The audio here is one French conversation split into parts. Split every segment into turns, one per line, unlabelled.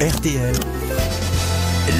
RTL,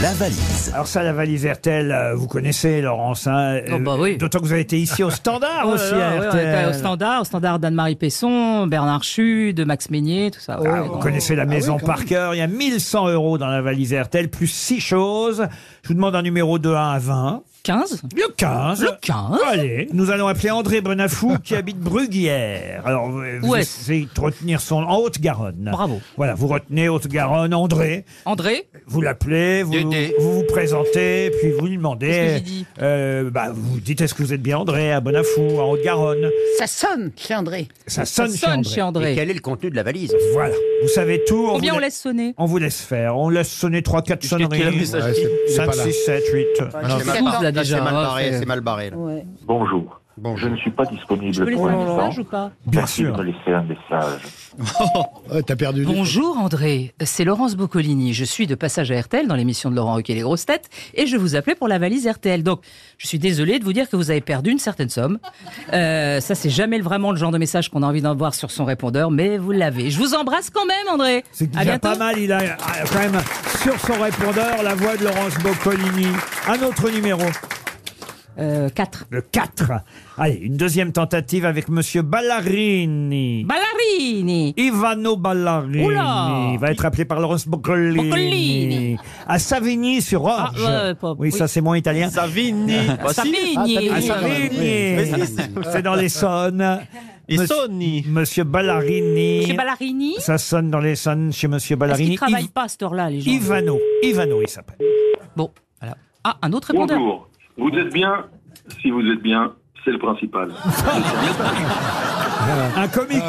la valise.
Alors ça, la valise RTL, euh, vous connaissez, Laurence. hein.
Oh, bah oui.
D'autant que vous avez été ici au standard
Oh là
aussi
là,
à
ouais, on
RTL.
était au standard, au standard d'Anne-Marie Pesson, Bernard Chu, de Max Meignier, tout ça. Ouais,
Ah,
ouais,
vous
donc-
connaissez la maison par cœur. Il y a 1100 euros dans la valise RTL, plus 6 choses. Je vous demande un numéro de 1 à 20.
15
Le 15.
Le 15
Allez, nous allons appeler André Bonafou qui habite Bruguière. Alors, vous, vous
est-ce
essayez de retenir son... En Haute-Garonne.
Bravo.
Voilà, vous retenez Haute-Garonne, André.
André
Vous l'appelez, vous,
Dédé.
vous vous présentez, puis vous lui
Qu'est-ce que
demandez.
j'ai dit
euh, bah, vous dites est-ce que vous êtes bien André à Bonafou, en Haute-Garonne.
Ça sonne chez André.
Ça
Ça
sonne,
sonne,
chez
chez
André.
Et
André.
quel est le contenu de la valise
Voilà, vous savez tout. on
Combien
vous
on
la-
laisse sonner
On vous laisse faire. On laisse sonner 3-4
Jusqu'à quelle heure
sonneries.
ça se dit
il est
5,
pas là.
6, 7, 8.
C'est mal
c'est
barré, là,
là, déjà,
c'est mal
ouais,
barré,
c'est-
c'est mal barré. là.
Ouais.
Bonjour. Je ne suis pas
Je peux
disponible
laisser
pour
un message
l'instant.
ou pas
Bien
Merci de
sûr.
me laisser un message.
Ouais, T'as perdu. du-
Bonjour André, c'est Laurence Boccolini. Je suis de passage à RTL dans l'émission de Laurent Ruquier Les Grosses Têtes et je vous appelais pour la valise RTL. Donc, je suis désolée de vous dire que vous avez perdu une certaine somme. Euh, ça, c'est jamais vraiment le genre de message qu'on a envie d'envoyer sur son répondeur, mais vous l'avez. Je vous embrasse quand même, André.
C'est
à
déjà
bientôt.
pas mal. Il a euh, quand même sur son répondeur la voix de Laurence Boccolini. Un autre numéro,
4.
le 4. Allez, une deuxième tentative avec Monsieur Ballarini.
Ballarini.
Ivano Ballarini
Oula
Il va être appelé par Laurence Boccolini.
Boccolini.
À Savigny-sur-Orge.
Ah, ouais, pas-
oui,
oui.
ça c'est moins italien.
Savigny Bah, si.
Savigny.
À Savigny. C'est dans l'Essonne.
Et
Monsieur-
Sony.
Monsieur Ballarini.
Chez Ballarini.
Ça sonne dans l'Essonne chez Monsieur
Parce
Ballarini.
qu'ils travaillent
Iv-
pas à cette heure-là, les gens.
Ivano. Ivano, il s'appelle.
Bon, voilà. Ah, un autre répondeur.
Bonjour. Vous êtes bien Si vous êtes bien, c'est le principal.
Un comique.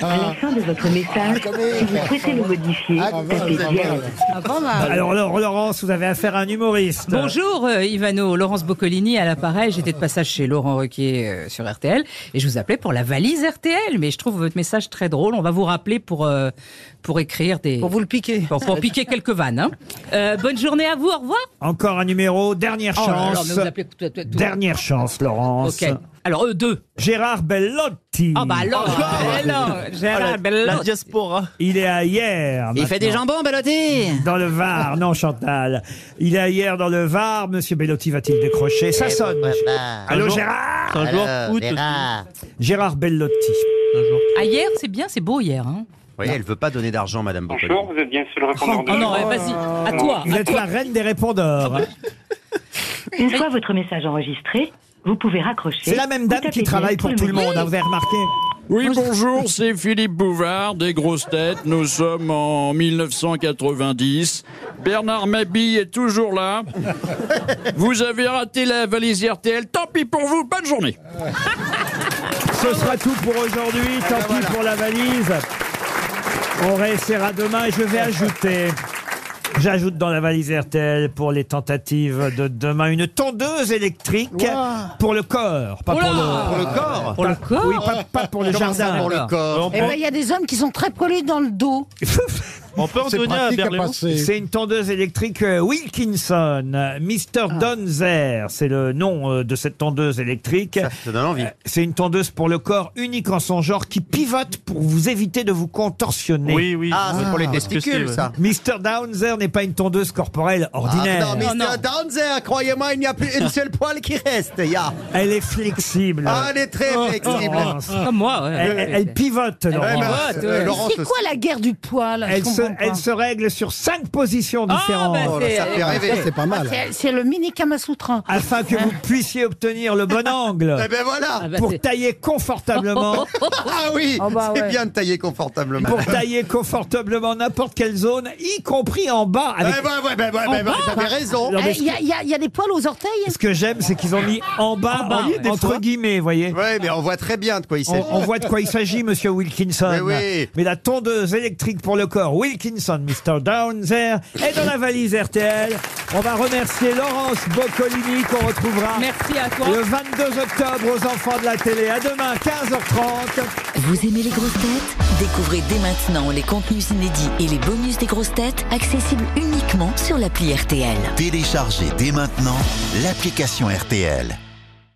Ah,
fin de votre message, si vous souhaitez le modifier,
ah, voilà, c'est mal.
Alors, Laure- Laurence, vous avez affaire à un humoriste.
Ah, bah. Bonjour euh, Ivano, Laurence Boccolini à l'appareil. J'étais de passage chez Laurent Requier euh, sur RTL et je vous appelais pour la valise RTL. Mais je trouve votre message très drôle. On va vous rappeler pour, euh, pour écrire des.
Pour vous le piquer.
pour- pour piquer quelques vannes. hein. Euh, bonne journée à vous, au revoir.
Encore un numéro. Dernière
Oh là là, mais
chance.
vous appelez tout- tout- tout-
Dernière chance, Laurence.
Ok. Alors, eux deux.
Gérard Bellotti.
Ah bah alors, alors, Gérard Bellotti.
diaspora.
Il est à hier. Il fait des jambons, Bellotti Dans le Var, non, Chantal. Il est à hier dans le Var. Monsieur Bellotti va-t-il décrocher Ça sonne. Allô,
Bonjour.
Gérard
C'est un joueur de foot.
Gérard Bellotti.
Ah, hier, c'est bien, c'est beau hier. hein.
Vous voyez, elle veut pas donner d'argent, Madame Boccolini.
Bonjour, vous êtes bien sur le répondeur
Oh non, ouais, vas-y, à toi.
Vous êtes la reine des répondeurs.
Une fois votre message enregistré, vous pouvez raccrocher.
C'est la même
ou
dame
taper
qui travaille pour tout le monde, hein, vous avez remarqué
Oui, bonjour, c'est Philippe Bouvard des Grosses Têtes. Nous sommes en 1990. Bernard Mabille est toujours là. Vous avez raté la valise RTL. Tant pis pour vous. Bonne journée.
Ce sera tout pour
Eh
aujourd'hui,
ben
tant pis pour la valise. On réessaiera demain et je vais ajouter. J'ajoute dans la valise RTL pour les tentatives de demain une tondeuse électrique pour le corps, pas pour le,
Pour le corps
Pour le
pas-
corps
Oui, pas, pas pour le
Comment
jardin.
ça, pour le corps
Eh ben, il y a des hommes qui sont très collés dans le dos.
On peut en
C'est
donner à
pratique à
Berléon
passer.
C'est une tondeuse électrique euh, Wilkinson, euh, Mr.
Ah.
Donzer, c'est le nom euh, de cette tondeuse électrique.
Ça, ça donne envie.
Euh, C'est une tondeuse pour le corps unique en son genre qui pivote pour vous éviter de vous contorsionner.
oui. Ah, c'est pour les
parce
testicules, ça.
Mr. Downzer n'est pas une tondeuse corporelle ordinaire.
Ah, non,
Oh, non.
Mr. Danzer, croyez-moi, il n'y a plus une seule poil qui reste. ya.
Elle est flexible.
Ah, elle est très flexible.
Laurence.
Comme moi. ouais.
Elle, elle- elle pivote,
Ouais,
Laurence.
mais,
Laurence,
euh,
ouais.
Laurence,
C'est quoi la guerre du poil Je
Elle se,
comprends pas.
elle se règle sur cinq positions
Ah,
différentes.
bah,
oh là, ça fait rêver.
C'est pas mal.
C'est- C'est le mini Kama Sutra.
Afin que vous puissiez obtenir le bon angle
Eh ben voilà.
Ah bah,
pour
c'est-
tailler confortablement
Ah oui,
Oh bah
c'est
ouais.
bien de tailler confortablement.
pour tailler confortablement n'importe quelle zone, y compris en bas.
Eh
Avec...
ben, ouais, ben, ouais, ben, ouais, J'avais raison.
Non,
Eh,
mais
Il y, a- il y a- il y a des poils aux orteils hein.
Ce que j'aime, c'est qu'ils ont mis en
Ah,
bas,
En bas,
en-
ouais. Des
entre guillemets, voyez.
Ouais, mais on voit très bien de quoi il
On,
s'agit.
on voit de quoi il s'agit, monsieur Wilkinson.
Mais oui.
Mais la tondeuse électrique pour le corps, Wilkinson, Mr. Downzer, est dans la valise RTL. On va remercier Laurence Boccolini qu'on retrouvera
Merci à toi.
le 22 octobre aux enfants de la télé. À demain, 15h30.
Vous aimez les grosses têtes Découvrez dès maintenant les contenus inédits et les bonus des grosses têtes accessibles uniquement sur l'appli RTL.
Téléchargez dès maintenant l'application RTL.